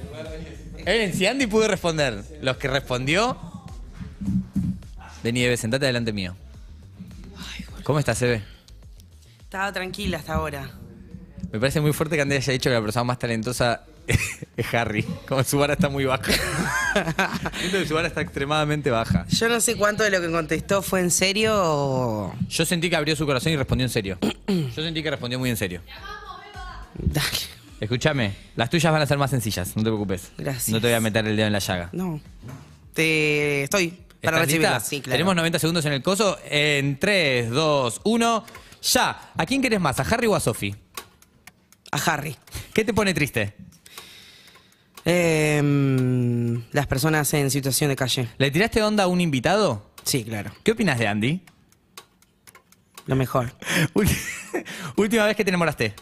[SPEAKER 4] Evelyn, si Andy pudo responder, los que respondió. Vení, Eve, sentate delante mío. ¿Cómo estás, Eve?
[SPEAKER 5] Estaba tranquila hasta ahora.
[SPEAKER 4] Me parece muy fuerte que Andy haya dicho que la persona más talentosa es Harry. Como su vara está muy baja. Siento que su vara está extremadamente baja.
[SPEAKER 5] Yo no sé cuánto de lo que contestó fue en serio o...
[SPEAKER 4] Yo sentí que abrió su corazón y respondió en serio. Yo sentí que respondió muy en serio.
[SPEAKER 5] Dale.
[SPEAKER 4] Escúchame, las tuyas van a ser más sencillas, no te preocupes.
[SPEAKER 5] Gracias.
[SPEAKER 4] No te voy a meter el dedo en la llaga.
[SPEAKER 5] No. Te estoy para
[SPEAKER 4] ¿Estás
[SPEAKER 5] recibirla.
[SPEAKER 4] lista?
[SPEAKER 5] Sí, claro.
[SPEAKER 4] Tenemos 90 segundos en el coso. En 3, 2, 1. Ya. ¿A quién querés más? ¿A Harry o a Sophie?
[SPEAKER 5] A Harry.
[SPEAKER 4] ¿Qué te pone triste?
[SPEAKER 5] Em, las personas en situación de calle.
[SPEAKER 4] ¿Le tiraste onda a un invitado?
[SPEAKER 5] Sí, claro.
[SPEAKER 4] ¿Qué opinas de Andy?
[SPEAKER 5] Lo mejor.
[SPEAKER 4] Ul- Última vez que te enamoraste.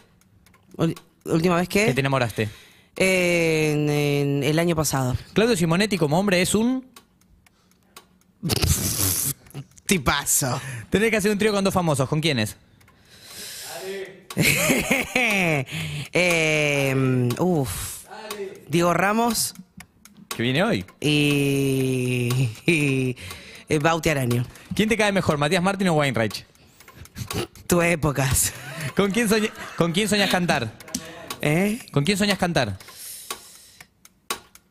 [SPEAKER 5] Ul- Última vez que...
[SPEAKER 4] Que te enamoraste.
[SPEAKER 5] En- en el año pasado.
[SPEAKER 4] Claudio Simonetti como hombre es un...
[SPEAKER 5] Tipazo.
[SPEAKER 4] Tenés que hacer un trío con dos famosos. ¿Con quiénes?
[SPEAKER 5] Em, uf. Diego Ramos
[SPEAKER 4] Que viene hoy.
[SPEAKER 5] y, y, eh, Bauti Araño.
[SPEAKER 4] ¿Quién te cae mejor, Matías Martín o Weinreich?
[SPEAKER 5] Tuve épocas.
[SPEAKER 4] ¿Con quién, soñ- ¿Con quién soñas cantar?
[SPEAKER 5] ¿Eh?
[SPEAKER 4] ¿Con quién soñas cantar?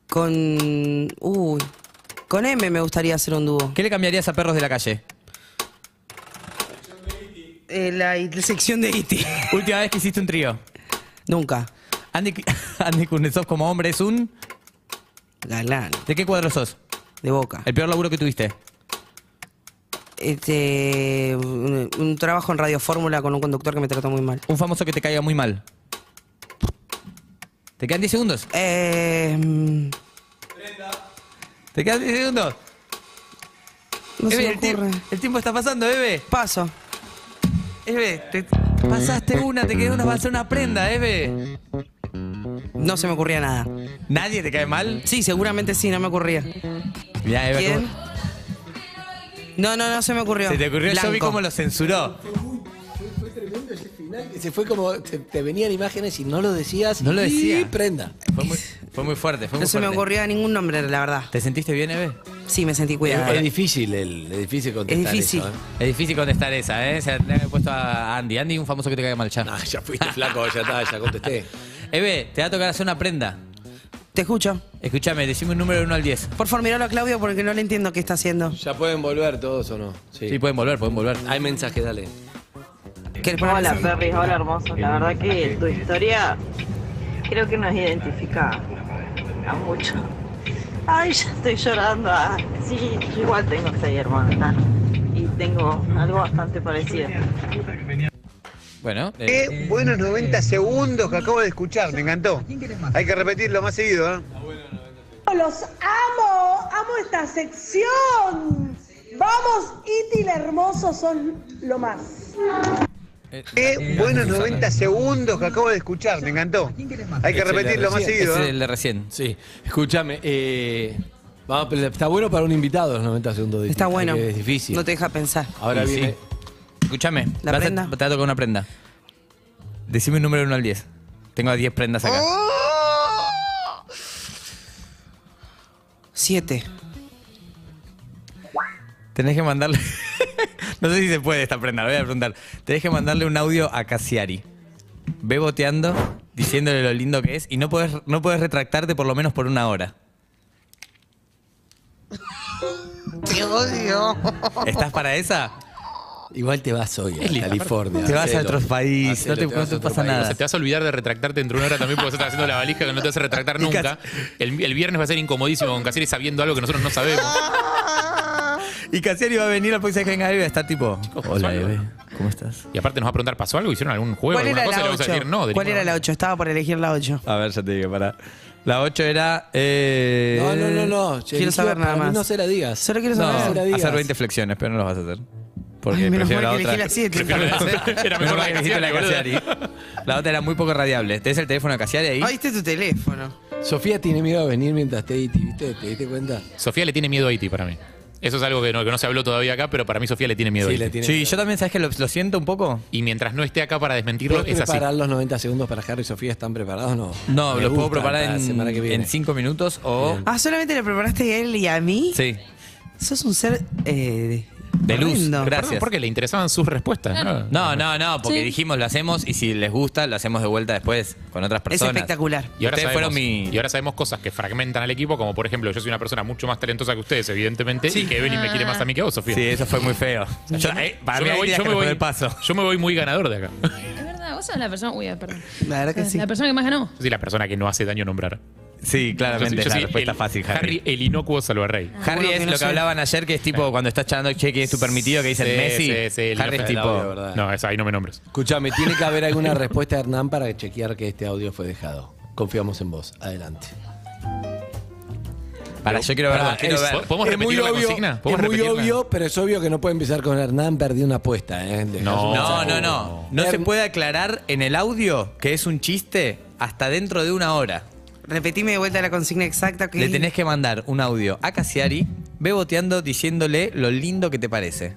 [SPEAKER 5] Con. Uy. Con M me gustaría hacer un dúo.
[SPEAKER 4] ¿Qué le cambiarías a perros de la calle?
[SPEAKER 5] Eh, la i- sección de E IT.
[SPEAKER 4] Última vez que hiciste un trío.
[SPEAKER 5] Nunca.
[SPEAKER 4] Andy, Andy Kuznetsov como hombre es un...
[SPEAKER 5] Galán.
[SPEAKER 4] ¿De qué cuadro sos?
[SPEAKER 5] De boca.
[SPEAKER 4] El peor laburo que tuviste.
[SPEAKER 5] Este. Un, un trabajo en Radio Fórmula con un conductor que me trató muy mal.
[SPEAKER 4] Un famoso que te caiga muy mal. ¿Te quedan 10 segundos?
[SPEAKER 5] Eh, mm,
[SPEAKER 4] ¿Te quedan 10 segundos?
[SPEAKER 5] no se
[SPEAKER 4] Eve,
[SPEAKER 5] me
[SPEAKER 4] el, tie-
[SPEAKER 5] ocurre.
[SPEAKER 4] el tiempo está pasando, Eve.
[SPEAKER 5] Paso.
[SPEAKER 4] Eve, te pasaste una, te quedó una, va a ser una prenda, Eve.
[SPEAKER 5] No se me ocurría nada.
[SPEAKER 4] ¿Nadie te cae mal?
[SPEAKER 5] Sí, seguramente sí, no me ocurría.
[SPEAKER 4] Mirá, Eve,
[SPEAKER 5] ¿Quién?
[SPEAKER 4] cómo-
[SPEAKER 5] No, no, no se me ocurrió.
[SPEAKER 4] se te ocurrió, yo vi
[SPEAKER 5] Blanco.
[SPEAKER 4] cómo lo censuró.
[SPEAKER 3] Fue tremendo ese final. Se fue como. Te, te venían imágenes y no lo decías.
[SPEAKER 4] No lo decía.
[SPEAKER 3] Y prenda.
[SPEAKER 4] Fue muy, fue muy fuerte, fue muy
[SPEAKER 5] No se me
[SPEAKER 4] fuerte.
[SPEAKER 5] ocurría ningún nombre, la verdad.
[SPEAKER 4] ¿Te sentiste bien, Eve?
[SPEAKER 5] Sí, me sentí cuidada.
[SPEAKER 4] Eh,
[SPEAKER 3] Es, es difícil, el, Eh, es difícil contestar
[SPEAKER 5] Es difícil.
[SPEAKER 3] eso, ¿eh?
[SPEAKER 4] Es difícil contestar esa, ¿eh? Se la tenía que haber puesto a Andy. Andy, un famoso que te cae mal, ya.
[SPEAKER 3] No, Ah, ya fuiste flaco, ya está, ya contesté.
[SPEAKER 4] Eve, te va a tocar hacer una prenda.
[SPEAKER 5] Te escucho.
[SPEAKER 4] Escúchame, decime un número del 1 al 10.
[SPEAKER 5] Por favor, miralo a Claudio porque no le entiendo qué está haciendo.
[SPEAKER 3] ¿Ya pueden volver todos o no?
[SPEAKER 4] Sí, pueden volver, pueden volver.
[SPEAKER 3] pues, Hay mensaje, dale.
[SPEAKER 5] ¿Querés poner
[SPEAKER 6] Hola
[SPEAKER 5] así?
[SPEAKER 6] Perris, hola hermoso. La verdad que tu historia creo que nos identifica a muchos. Ay, ya estoy llorando. ah. Sí, yo igual tengo seis hermanas y tengo algo bastante parecido.
[SPEAKER 4] Bueno, eh,
[SPEAKER 7] Qué buenos 90 segundos que acabo de escuchar, me encantó. Hay que repetirlo más seguido, ¿eh?
[SPEAKER 8] Los amo, amo esta sección. Vamos, Itil hermoso, son lo más.
[SPEAKER 4] eh,
[SPEAKER 7] Qué buenos 90 segundos que acabo de escuchar, me encantó. Hay que
[SPEAKER 3] Es el de
[SPEAKER 7] repetirlo más
[SPEAKER 3] recién.
[SPEAKER 7] seguido,
[SPEAKER 4] Ese
[SPEAKER 7] ¿eh?
[SPEAKER 4] es el de recién.
[SPEAKER 3] Sí, escúchame. eh, vamos, pero está bueno para un invitado los 90 segundos. de-
[SPEAKER 5] Está bueno.
[SPEAKER 3] porque Es difícil.
[SPEAKER 5] No te deja pensar.
[SPEAKER 3] Ahora
[SPEAKER 4] Y
[SPEAKER 3] viene.
[SPEAKER 4] sí. Escúchame,
[SPEAKER 5] ¿La
[SPEAKER 4] vas a-
[SPEAKER 5] prenda?
[SPEAKER 4] te va a tocar una prenda. Decime un número del 1 al 10. Tengo 10 prendas acá.
[SPEAKER 5] Oh, Siete.
[SPEAKER 4] Tenés que mandarle. no sé si se puede esta prenda, lo voy a preguntar. Tenés que mandarle un audio a Cassiari. Beboteando, diciéndole lo lindo que es y no podés, no podés retractarte por lo menos por una hora. Te odio. ¿Estás para esa?
[SPEAKER 3] Igual te vas hoy a California.
[SPEAKER 4] Te vas a
[SPEAKER 3] Hacelo.
[SPEAKER 4] otros países, no te,
[SPEAKER 3] Hacelo,
[SPEAKER 4] no
[SPEAKER 3] vas a
[SPEAKER 4] te
[SPEAKER 3] otro
[SPEAKER 4] pasa
[SPEAKER 3] país.
[SPEAKER 9] O
[SPEAKER 4] nada.
[SPEAKER 9] sea, te vas a olvidar de retractarte dentro de una hora también porque vos estás haciendo la valija que no te vas a retractar nunca. El, el viernes va a ser incomodísimo con Caceres sabiendo algo que nosotros no sabemos.
[SPEAKER 4] Y Casiari va a venir al próximo que venga y va a estar tipo,
[SPEAKER 9] ¿pasó
[SPEAKER 4] hola
[SPEAKER 9] algo?"
[SPEAKER 4] bebé, ¿cómo estás?
[SPEAKER 9] Y aparte nos va a preguntar, ¿pasó algo? ¿Hicieron algún juego?
[SPEAKER 5] ¿Cuál
[SPEAKER 9] alguna
[SPEAKER 5] era
[SPEAKER 9] cosa?
[SPEAKER 5] la
[SPEAKER 9] Y le vamos a
[SPEAKER 5] 8?
[SPEAKER 9] decir, no, de
[SPEAKER 5] ¿Cuál
[SPEAKER 9] ninguna
[SPEAKER 5] era la 8? Estaba por elegir la 8.
[SPEAKER 4] A ver, ya te dije, pará. La 8 era... eh,
[SPEAKER 3] No, no, no, no.
[SPEAKER 5] Quiero saber
[SPEAKER 3] para
[SPEAKER 5] nada
[SPEAKER 3] mí
[SPEAKER 5] más.
[SPEAKER 3] No se la digas.
[SPEAKER 5] Solo quiero
[SPEAKER 4] No,
[SPEAKER 5] saber.
[SPEAKER 3] No, se la digas.
[SPEAKER 4] hacer 20 flexiones, pero no las vas a hacer. Porque
[SPEAKER 5] Ay, menos
[SPEAKER 4] prefiero
[SPEAKER 5] mal
[SPEAKER 4] la
[SPEAKER 5] que elegí
[SPEAKER 4] otra.
[SPEAKER 5] la 7.
[SPEAKER 9] Prefiero la
[SPEAKER 5] entonces.
[SPEAKER 9] otra. Era
[SPEAKER 4] Menos
[SPEAKER 9] mejor la
[SPEAKER 4] mal que elegiste la
[SPEAKER 9] Cassiari, boludo.
[SPEAKER 4] Cassiari. La otra era muy poco radiable. ¿Tenés el teléfono de Casiari ahí?
[SPEAKER 5] Ah, viste tu teléfono.
[SPEAKER 3] Sofía tiene miedo a venir mientras te IT, ¿viste? ¿Te diste cuenta?
[SPEAKER 9] Sofía le tiene miedo a Haití para mí. Eso es algo que no, que no se habló todavía acá, pero para mí Sofía le tiene miedo a
[SPEAKER 3] Sí,
[SPEAKER 9] Haití.
[SPEAKER 3] le tiene
[SPEAKER 4] Sí,
[SPEAKER 3] miedo.
[SPEAKER 4] yo también, ¿sabes que lo, lo siento un poco?
[SPEAKER 9] Y mientras no esté acá para desmentirlo,
[SPEAKER 3] ¿Puedes
[SPEAKER 9] es así.
[SPEAKER 3] preparar los 90 segundos para Harry y Sofía? ¿Están preparados o no?
[SPEAKER 4] No,
[SPEAKER 3] Me
[SPEAKER 4] lo puedo
[SPEAKER 3] gusta para
[SPEAKER 4] preparar
[SPEAKER 3] la semana que
[SPEAKER 4] en
[SPEAKER 3] viene.
[SPEAKER 4] 5 minutos o...
[SPEAKER 3] Bien.
[SPEAKER 5] Ah, solamente le preparaste a él y a mí.
[SPEAKER 4] Sí,
[SPEAKER 5] Sos un ser eh,
[SPEAKER 4] de luz.
[SPEAKER 5] horrendo.
[SPEAKER 9] Perdón,
[SPEAKER 4] Gracias.
[SPEAKER 9] porque le interesaban sus respuestas. ¿no?
[SPEAKER 4] No, no, no, porque dijimos lo hacemos y si les gusta lo hacemos de vuelta después con otras
[SPEAKER 5] Es
[SPEAKER 4] personas.
[SPEAKER 5] espectacular.
[SPEAKER 9] Y ahora,
[SPEAKER 4] Ustedes
[SPEAKER 9] sabemos,
[SPEAKER 4] fueron mi-
[SPEAKER 9] y ahora sabemos cosas que fragmentan al equipo, como por ejemplo, yo soy una persona mucho más talentosa que ustedes, evidentemente, y que Evelyn me quiere más a mí que a vos, Sofía.
[SPEAKER 4] Sí, eso fue muy feo. Yo- eh, para
[SPEAKER 9] Yo
[SPEAKER 4] mí
[SPEAKER 9] me
[SPEAKER 4] ahí
[SPEAKER 9] voy-
[SPEAKER 4] tenías
[SPEAKER 9] yo
[SPEAKER 4] que
[SPEAKER 9] me voy-
[SPEAKER 4] responder paso.
[SPEAKER 9] Yo me voy muy ganador de acá.
[SPEAKER 10] Es verdad, vos sos la persona. Uy, perdón.
[SPEAKER 5] La verdad que sí.
[SPEAKER 10] La persona que más ganó.
[SPEAKER 9] Yo soy la persona que no hace daño nombrar.
[SPEAKER 4] Sí,
[SPEAKER 9] Yo soy-
[SPEAKER 4] claramente
[SPEAKER 9] yo
[SPEAKER 4] es la
[SPEAKER 9] soy
[SPEAKER 4] respuesta
[SPEAKER 9] el-
[SPEAKER 4] fácil, Harry.
[SPEAKER 9] el inocuo salvarrey.
[SPEAKER 4] Harry
[SPEAKER 5] Uno que
[SPEAKER 4] es
[SPEAKER 5] no
[SPEAKER 4] lo que
[SPEAKER 5] soy.
[SPEAKER 4] hablaban ayer, que es tipo cuando estás charlando che, que es tu permitido, que dicen
[SPEAKER 9] Sí,
[SPEAKER 4] Messi.
[SPEAKER 9] sí, sí, el
[SPEAKER 4] Harry es
[SPEAKER 9] inocuo
[SPEAKER 4] tipo.
[SPEAKER 3] del audio, ¿verdad?
[SPEAKER 9] No, es ahí no me nombres.
[SPEAKER 3] Escuchame, tiene que haber alguna respuesta de Hernán para chequear que este audio fue dejado. Confiamos en vos. Adelante.
[SPEAKER 4] Para, yo quiero ver.
[SPEAKER 3] Pará,
[SPEAKER 4] quiero
[SPEAKER 3] es-
[SPEAKER 4] ver.
[SPEAKER 9] ¿Podemos
[SPEAKER 3] es
[SPEAKER 9] repetir
[SPEAKER 3] muy
[SPEAKER 9] la
[SPEAKER 3] obvio-
[SPEAKER 9] consigna?
[SPEAKER 3] Es
[SPEAKER 9] ¿Podemos
[SPEAKER 3] muy
[SPEAKER 9] repetirla?
[SPEAKER 3] obvio, pero es obvio que no puede empezar con Hernán, perdí una apuesta. ¿eh? Dejá
[SPEAKER 9] No.
[SPEAKER 3] un
[SPEAKER 4] No,
[SPEAKER 3] mensaje.
[SPEAKER 4] no, no. No se
[SPEAKER 3] Hern-
[SPEAKER 4] puede aclarar en el audio que es un chiste hasta dentro de una hora.
[SPEAKER 5] Repetime de vuelta la consigna exacta. Que
[SPEAKER 4] Le tenés que mandar un audio a Cassiari, beboteando, diciéndole lo lindo que te parece.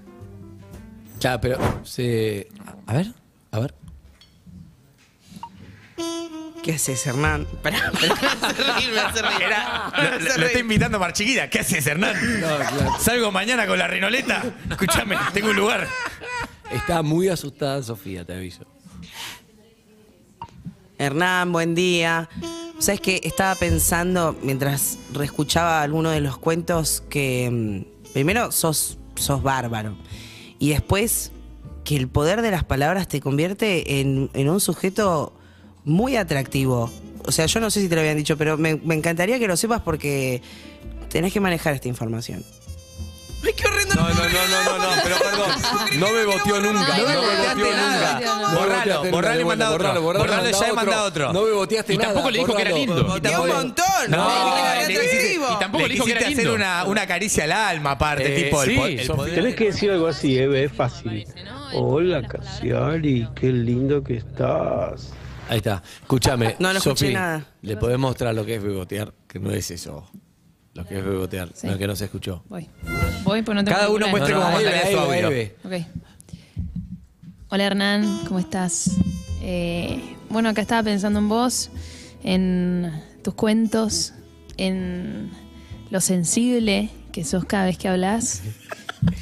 [SPEAKER 3] Claro, pero se...
[SPEAKER 4] A ver.
[SPEAKER 3] A ver.
[SPEAKER 5] ¿Qué haces, Hernán? Pará, pará, me hace reír, me hace reír. Me hace reír.
[SPEAKER 4] invitando Marchiquita. ¿Qué haces, Hernán?
[SPEAKER 3] No, claro.
[SPEAKER 4] Salgo mañana con la rinoleta. Escúchame, tengo un lugar.
[SPEAKER 3] Está muy asustada Sofía, te aviso.
[SPEAKER 5] Hernán, buen día. Sabes que estaba pensando mientras reescuchaba alguno de los cuentos que mm, primero sos, sos bárbaro y después que el poder de las palabras te convierte en, en un sujeto muy atractivo. O sea, yo no sé si te lo habían dicho, pero me, me encantaría que lo sepas porque tenés que manejar esta información. ¡Ay, qué horrendo!
[SPEAKER 3] No, no, no, no, no, no, pero perdón. No me boteó nunca.
[SPEAKER 10] No me
[SPEAKER 3] boteó
[SPEAKER 10] boteaste nada.
[SPEAKER 3] me
[SPEAKER 4] Borralo,
[SPEAKER 3] boteaste
[SPEAKER 4] borralo y
[SPEAKER 3] nunca,
[SPEAKER 4] mandá
[SPEAKER 3] de vuelta,
[SPEAKER 4] otro. Borralo, ya he mandado otro.
[SPEAKER 3] No me boteaste
[SPEAKER 9] Y
[SPEAKER 3] nada.
[SPEAKER 9] tampoco le dijo que era
[SPEAKER 3] borralo.
[SPEAKER 9] lindo.
[SPEAKER 5] ¡Te un montón!
[SPEAKER 4] No, le
[SPEAKER 5] ¡Te dije que era
[SPEAKER 4] quisiste-
[SPEAKER 5] atractivo!
[SPEAKER 9] y tampoco le dijo que era
[SPEAKER 4] hacer
[SPEAKER 9] lindo.
[SPEAKER 4] una, una caricia al alma, aparte,
[SPEAKER 9] Eh,
[SPEAKER 4] tipo el
[SPEAKER 9] sí,
[SPEAKER 4] po- el
[SPEAKER 9] Sofía.
[SPEAKER 4] poder-
[SPEAKER 10] Tenés que decir algo así, eh,
[SPEAKER 7] Eve,
[SPEAKER 10] es fácil. Hola, Casiari, qué
[SPEAKER 7] lindo que estás.
[SPEAKER 3] Ahí está. Escúchame.
[SPEAKER 5] No, no escuché
[SPEAKER 3] Sofi,
[SPEAKER 5] nada.
[SPEAKER 3] Le podés mostrar lo que es bebotear, que no es eso. Lo que es bebotear,
[SPEAKER 10] Sí.
[SPEAKER 3] no, que no se escuchó.
[SPEAKER 10] Voy. Voy, pues no tengo
[SPEAKER 4] Cada uno
[SPEAKER 10] auricular.
[SPEAKER 4] muestra
[SPEAKER 3] No, no,
[SPEAKER 4] cómo
[SPEAKER 3] ahí
[SPEAKER 4] mandaría
[SPEAKER 3] va,
[SPEAKER 4] su
[SPEAKER 3] ahí va,
[SPEAKER 4] audio.
[SPEAKER 3] ahí
[SPEAKER 10] Ok. Hola Hernán, ¿cómo estás? Eh, bueno, acá estaba pensando en vos, en tus cuentos, en lo sensible que sos cada vez que hablas.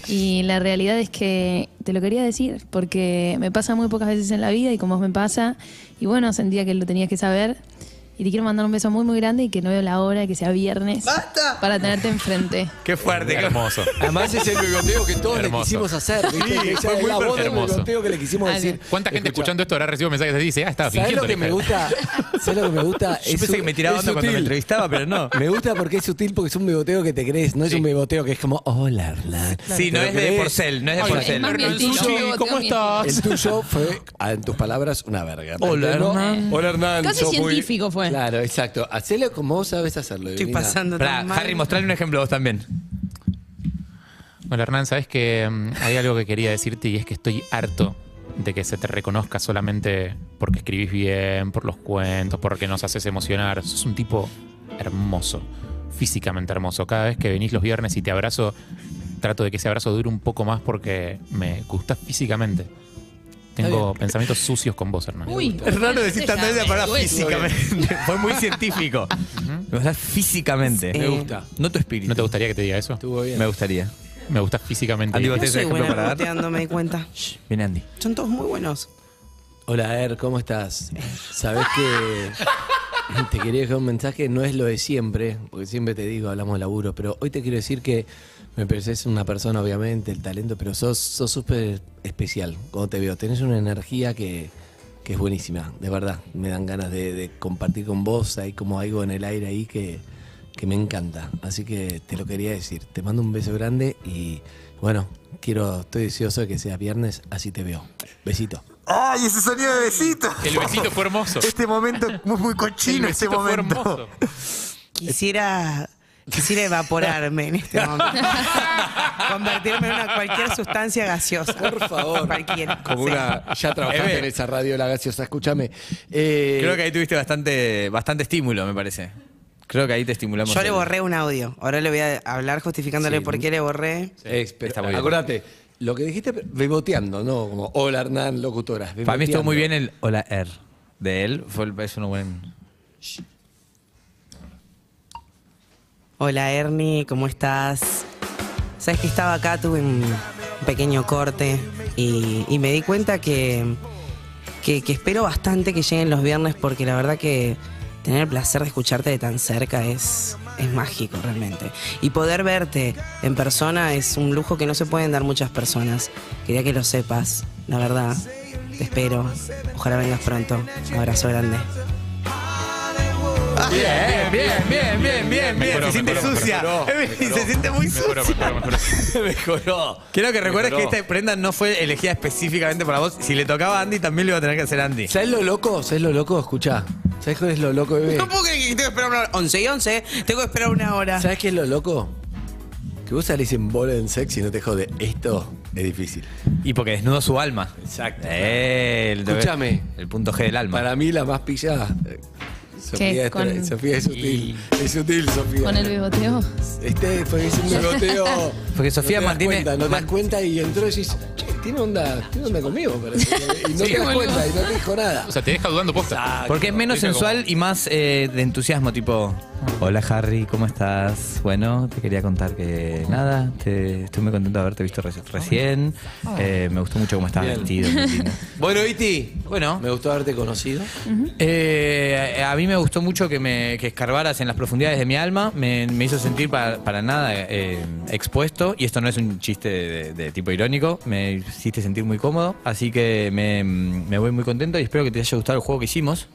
[SPEAKER 10] Y la realidad es que te lo quería decir, porque me pasa muy pocas veces en la vida y como vos me pasa, y bueno, sentía que lo tenías que saber. Y te quiero mandar un beso muy, muy grande y que no veo la hora, de que sea viernes.
[SPEAKER 5] ¡Basta!
[SPEAKER 10] Para tenerte enfrente.
[SPEAKER 4] Qué fuerte, qué
[SPEAKER 9] Hermoso.
[SPEAKER 3] Además es el beboteo que todos le
[SPEAKER 9] Hermoso.
[SPEAKER 3] quisimos hacer. ¿viste?
[SPEAKER 9] Sí,
[SPEAKER 3] Que esa
[SPEAKER 9] fue
[SPEAKER 3] es
[SPEAKER 9] muy
[SPEAKER 3] la voz del
[SPEAKER 9] hermoso.
[SPEAKER 3] beboteo que le quisimos
[SPEAKER 10] Algo.
[SPEAKER 3] decir.
[SPEAKER 9] ¿Cuánta gente
[SPEAKER 3] Escuchá,
[SPEAKER 9] escuchando esto habrá recibido mensajes así? Dice, ah, estaba
[SPEAKER 3] ¿Sabes
[SPEAKER 9] fingiendo.
[SPEAKER 3] lo que me gusta? ¿Sabes lo que me gusta?
[SPEAKER 4] Yo pensé
[SPEAKER 3] su-
[SPEAKER 4] que me tiraba
[SPEAKER 3] es
[SPEAKER 4] onda cuando me
[SPEAKER 3] sutil.
[SPEAKER 4] entrevistaba, pero no.
[SPEAKER 3] Me gusta porque es sutil, porque es un beboteo que te crees, no es
[SPEAKER 9] Sí.
[SPEAKER 3] un beboteo que es como, hola, Hernán.
[SPEAKER 4] Sí,
[SPEAKER 3] Te
[SPEAKER 4] no
[SPEAKER 3] lo
[SPEAKER 4] es de
[SPEAKER 3] crees.
[SPEAKER 4] porcel, no es de
[SPEAKER 10] Ay,
[SPEAKER 4] porcel.
[SPEAKER 10] es más mi estilo,
[SPEAKER 9] Sushi,
[SPEAKER 10] boteo
[SPEAKER 9] ¿cómo
[SPEAKER 10] mi estilo.
[SPEAKER 9] estás?
[SPEAKER 3] El tuyo fue, ah, en tus palabras, una verga.
[SPEAKER 4] Hola,
[SPEAKER 3] ¿No?
[SPEAKER 4] Hernán.
[SPEAKER 3] Hola, Hernán.
[SPEAKER 10] Casi
[SPEAKER 3] sos muy-
[SPEAKER 10] científico fue.
[SPEAKER 3] Claro, exacto. Hacelo como vos sabes hacerlo.
[SPEAKER 5] Estoy
[SPEAKER 3] Evelina.
[SPEAKER 5] pasando
[SPEAKER 4] Pará,
[SPEAKER 5] tan mal.
[SPEAKER 4] Harry, mostrale un ejemplo vos también.
[SPEAKER 9] Hola Hernán, sabes que mm, hay algo que quería decirte y es que estoy harto de que se te reconozca solamente porque escribís bien, por los cuentos, porque nos haces emocionar. Sos un tipo hermoso, físicamente hermoso. Cada vez que venís los viernes y te abrazo, trato de que ese abrazo dure un poco más porque me gustas físicamente. Tengo pensamientos sucios con vos, Hernán.
[SPEAKER 10] Uy.
[SPEAKER 4] Es raro decir
[SPEAKER 10] Ella
[SPEAKER 4] tantas veces la
[SPEAKER 10] me
[SPEAKER 4] palabra
[SPEAKER 10] duele.
[SPEAKER 4] físicamente. Fue muy científico. Me gusta físicamente.
[SPEAKER 5] Me
[SPEAKER 3] gusta.
[SPEAKER 4] No tu espíritu.
[SPEAKER 9] ¿No te gustaría que te diga eso?
[SPEAKER 3] Estuvo bien.
[SPEAKER 4] Me gustaría.
[SPEAKER 9] Me gustas físicamente.
[SPEAKER 4] Andy,
[SPEAKER 5] No
[SPEAKER 4] ¿Tenés
[SPEAKER 5] soy
[SPEAKER 4] un ejemplo
[SPEAKER 5] buena
[SPEAKER 4] para dar?
[SPEAKER 5] boteando, me di cuenta.
[SPEAKER 4] Viene Andy.
[SPEAKER 5] Son todos muy buenos.
[SPEAKER 3] Hola, Er, ¿cómo estás? Sabés que Te quería dejar un mensaje, no es lo de siempre, porque siempre te digo, hablamos de laburo, pero hoy te quiero decir que me pareces una persona, obviamente, el talento, pero sos sos súper especial cuando te veo. Tenés una energía que, que es buenísima, de verdad. Me dan ganas de, de compartir con vos, hay como algo en el aire ahí que, que me encanta. Así que te lo quería decir. Te mando un beso grande y bueno, quiero, estoy deseoso de que sea viernes, así te veo. Besito.
[SPEAKER 11] ¡Ay, ese sonido de besito!
[SPEAKER 9] El besito fue hermoso.
[SPEAKER 4] Eh,
[SPEAKER 11] Este momento muy, muy cochino,
[SPEAKER 9] El
[SPEAKER 11] este
[SPEAKER 9] besito fue
[SPEAKER 11] momento.
[SPEAKER 9] hermoso.
[SPEAKER 5] Quisiera, quisiera evaporarme en este momento. Convertirme en una, cualquier sustancia gaseosa.
[SPEAKER 3] Por favor.
[SPEAKER 5] Cualquiera.
[SPEAKER 3] Como
[SPEAKER 5] Sí.
[SPEAKER 3] una. Ya trabajaste
[SPEAKER 4] Eve.
[SPEAKER 3] en esa radio La Gaseosa, escúchame. Eh,
[SPEAKER 4] Creo que ahí tuviste bastante, bastante estímulo, me parece. Creo que ahí te estimulamos.
[SPEAKER 5] Yo le
[SPEAKER 4] el-
[SPEAKER 5] borré un audio. Ahora le voy a hablar justificándole
[SPEAKER 3] Sí.
[SPEAKER 5] por qué le borré.
[SPEAKER 3] es- pero
[SPEAKER 4] Está muy bien.
[SPEAKER 3] eh, Acordate, lo que dijiste, beboteando, ¿no? Como, hola Hernán, locutora.
[SPEAKER 4] Para mí estuvo muy bien
[SPEAKER 3] beboteando.
[SPEAKER 4] el Hola Er de él. Fue, el- es un buen.
[SPEAKER 5] Hola Ernie, ¿cómo estás? Sabes que estaba acá, tuve un pequeño corte y, y me di cuenta que, que, que espero bastante que lleguen los viernes porque la verdad que tener el placer de escucharte de tan cerca es, es mágico realmente. Y poder verte en persona es un lujo que no se pueden dar muchas personas. Quería que lo sepas, la verdad. Te espero. Ojalá vengas pronto. Un abrazo grande.
[SPEAKER 4] Bien, bien, bien, bien, bien,
[SPEAKER 9] Mejoró,
[SPEAKER 4] Se siente
[SPEAKER 9] mejoró,
[SPEAKER 4] sucia.
[SPEAKER 9] mejoró,
[SPEAKER 4] Eve, se siente muy
[SPEAKER 9] Mejoró,
[SPEAKER 4] sucia.
[SPEAKER 9] mejoró, mejoró.
[SPEAKER 3] Mejoró.
[SPEAKER 4] Quiero que recuerdes que
[SPEAKER 9] Mejoró.
[SPEAKER 4] esta prenda no fue elegida específicamente para vos. Si le tocaba a Andy, también lo iba a tener que hacer Andy.
[SPEAKER 3] ¿Sabes lo loco? ¿Sabes lo loco? Escuchá. ¿Sabes cuál es lo loco, bebé?
[SPEAKER 5] No puedo creer que tengo que esperar una hora. 11 y 11, tengo que esperar una hora.
[SPEAKER 3] ¿Sabes qué es lo loco? Que vos salís en bola en sexy y no te jode. Esto es difícil.
[SPEAKER 4] Y porque desnudó su alma.
[SPEAKER 3] Exacto.
[SPEAKER 4] Eh, el-
[SPEAKER 3] Escúchame.
[SPEAKER 4] El punto G del alma.
[SPEAKER 3] Para mí la más pillada. eh, Sofía, es,
[SPEAKER 10] Con-
[SPEAKER 3] Sofía es sutil. Es sutil, Sofía.
[SPEAKER 10] Con el beboteo.
[SPEAKER 3] Este fue es un bigoteo.
[SPEAKER 4] Porque Sofía
[SPEAKER 3] no te das
[SPEAKER 4] mantiene-
[SPEAKER 3] cuenta, no te das
[SPEAKER 4] man-
[SPEAKER 3] cuenta y entró y decís, che, tiene onda, tiene onda conmigo. parece". Y no
[SPEAKER 9] Sí,
[SPEAKER 3] te das
[SPEAKER 9] boludo.
[SPEAKER 3] cuenta y no te dijo nada.
[SPEAKER 9] O sea, te deja dudando posta.
[SPEAKER 4] Porque es menos
[SPEAKER 9] Explica
[SPEAKER 4] sensual y más eh, de entusiasmo, tipo, hola Harry, ¿cómo estás? Bueno, te quería contar que nada, te- estoy muy contento de haberte visto reci- recién, Eh, me gustó mucho cómo estabas
[SPEAKER 3] Bien.
[SPEAKER 4] vestido. muy lindo".
[SPEAKER 3] Bueno, Iti,
[SPEAKER 4] Bueno,
[SPEAKER 3] me gustó haberte conocido.
[SPEAKER 4] eh, a mí me gustó mucho que me que escarbaras en las profundidades de mi alma, me, me hizo sentir pa- para nada eh, expuesto, y esto no es un chiste de, de tipo irónico, me hiciste sentir muy cómodo, así que me, me voy muy contento y espero que te haya gustado el juego que hicimos,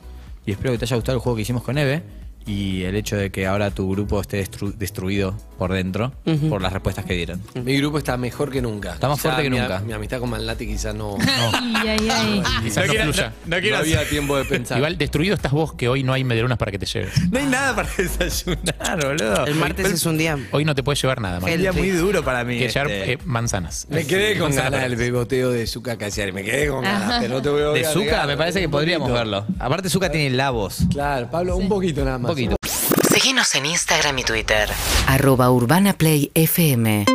[SPEAKER 4] y espero que te haya gustado el juego que hicimos con Eve, y el hecho de que ahora tu grupo esté destru- destruido por dentro, por las respuestas que dieron.
[SPEAKER 3] Mi grupo está mejor que nunca.
[SPEAKER 4] Está más
[SPEAKER 3] Quizá
[SPEAKER 4] fuerte que
[SPEAKER 3] mi-
[SPEAKER 4] nunca.
[SPEAKER 3] Mi amistad con Malnati quizás no,
[SPEAKER 10] Ay, ay, ay.
[SPEAKER 9] Quizás no, fluya.
[SPEAKER 3] no había tiempo de pensar.
[SPEAKER 9] Igual destruido estás vos que hoy no hay medialunas para que te lleves.
[SPEAKER 4] No hay nada para desayunar, boludo.
[SPEAKER 5] El martes es un día
[SPEAKER 9] Hoy no te puedes llevar nada,
[SPEAKER 4] Un
[SPEAKER 9] Mari.
[SPEAKER 4] día muy duro para mí.
[SPEAKER 9] Que llevar
[SPEAKER 4] este.
[SPEAKER 9] eh, manzanas.
[SPEAKER 3] me quedé con
[SPEAKER 9] Manzanas
[SPEAKER 3] ganas del
[SPEAKER 9] verdes.
[SPEAKER 3] beboteo de Zuka Casiari. Me quedé con ganas,
[SPEAKER 10] Ajá.
[SPEAKER 3] pero no te voy a
[SPEAKER 4] De
[SPEAKER 3] negar.
[SPEAKER 4] Zuka, me parece que
[SPEAKER 3] Un
[SPEAKER 4] podríamos
[SPEAKER 3] poquito.
[SPEAKER 4] verlo. Aparte, Zuka tiene la voz. Un
[SPEAKER 3] Claro, Pablo, un poquito nada más.
[SPEAKER 4] poquito.
[SPEAKER 1] Seguinos en Instagram y Twitter.
[SPEAKER 2] arroba urbanaplayfm.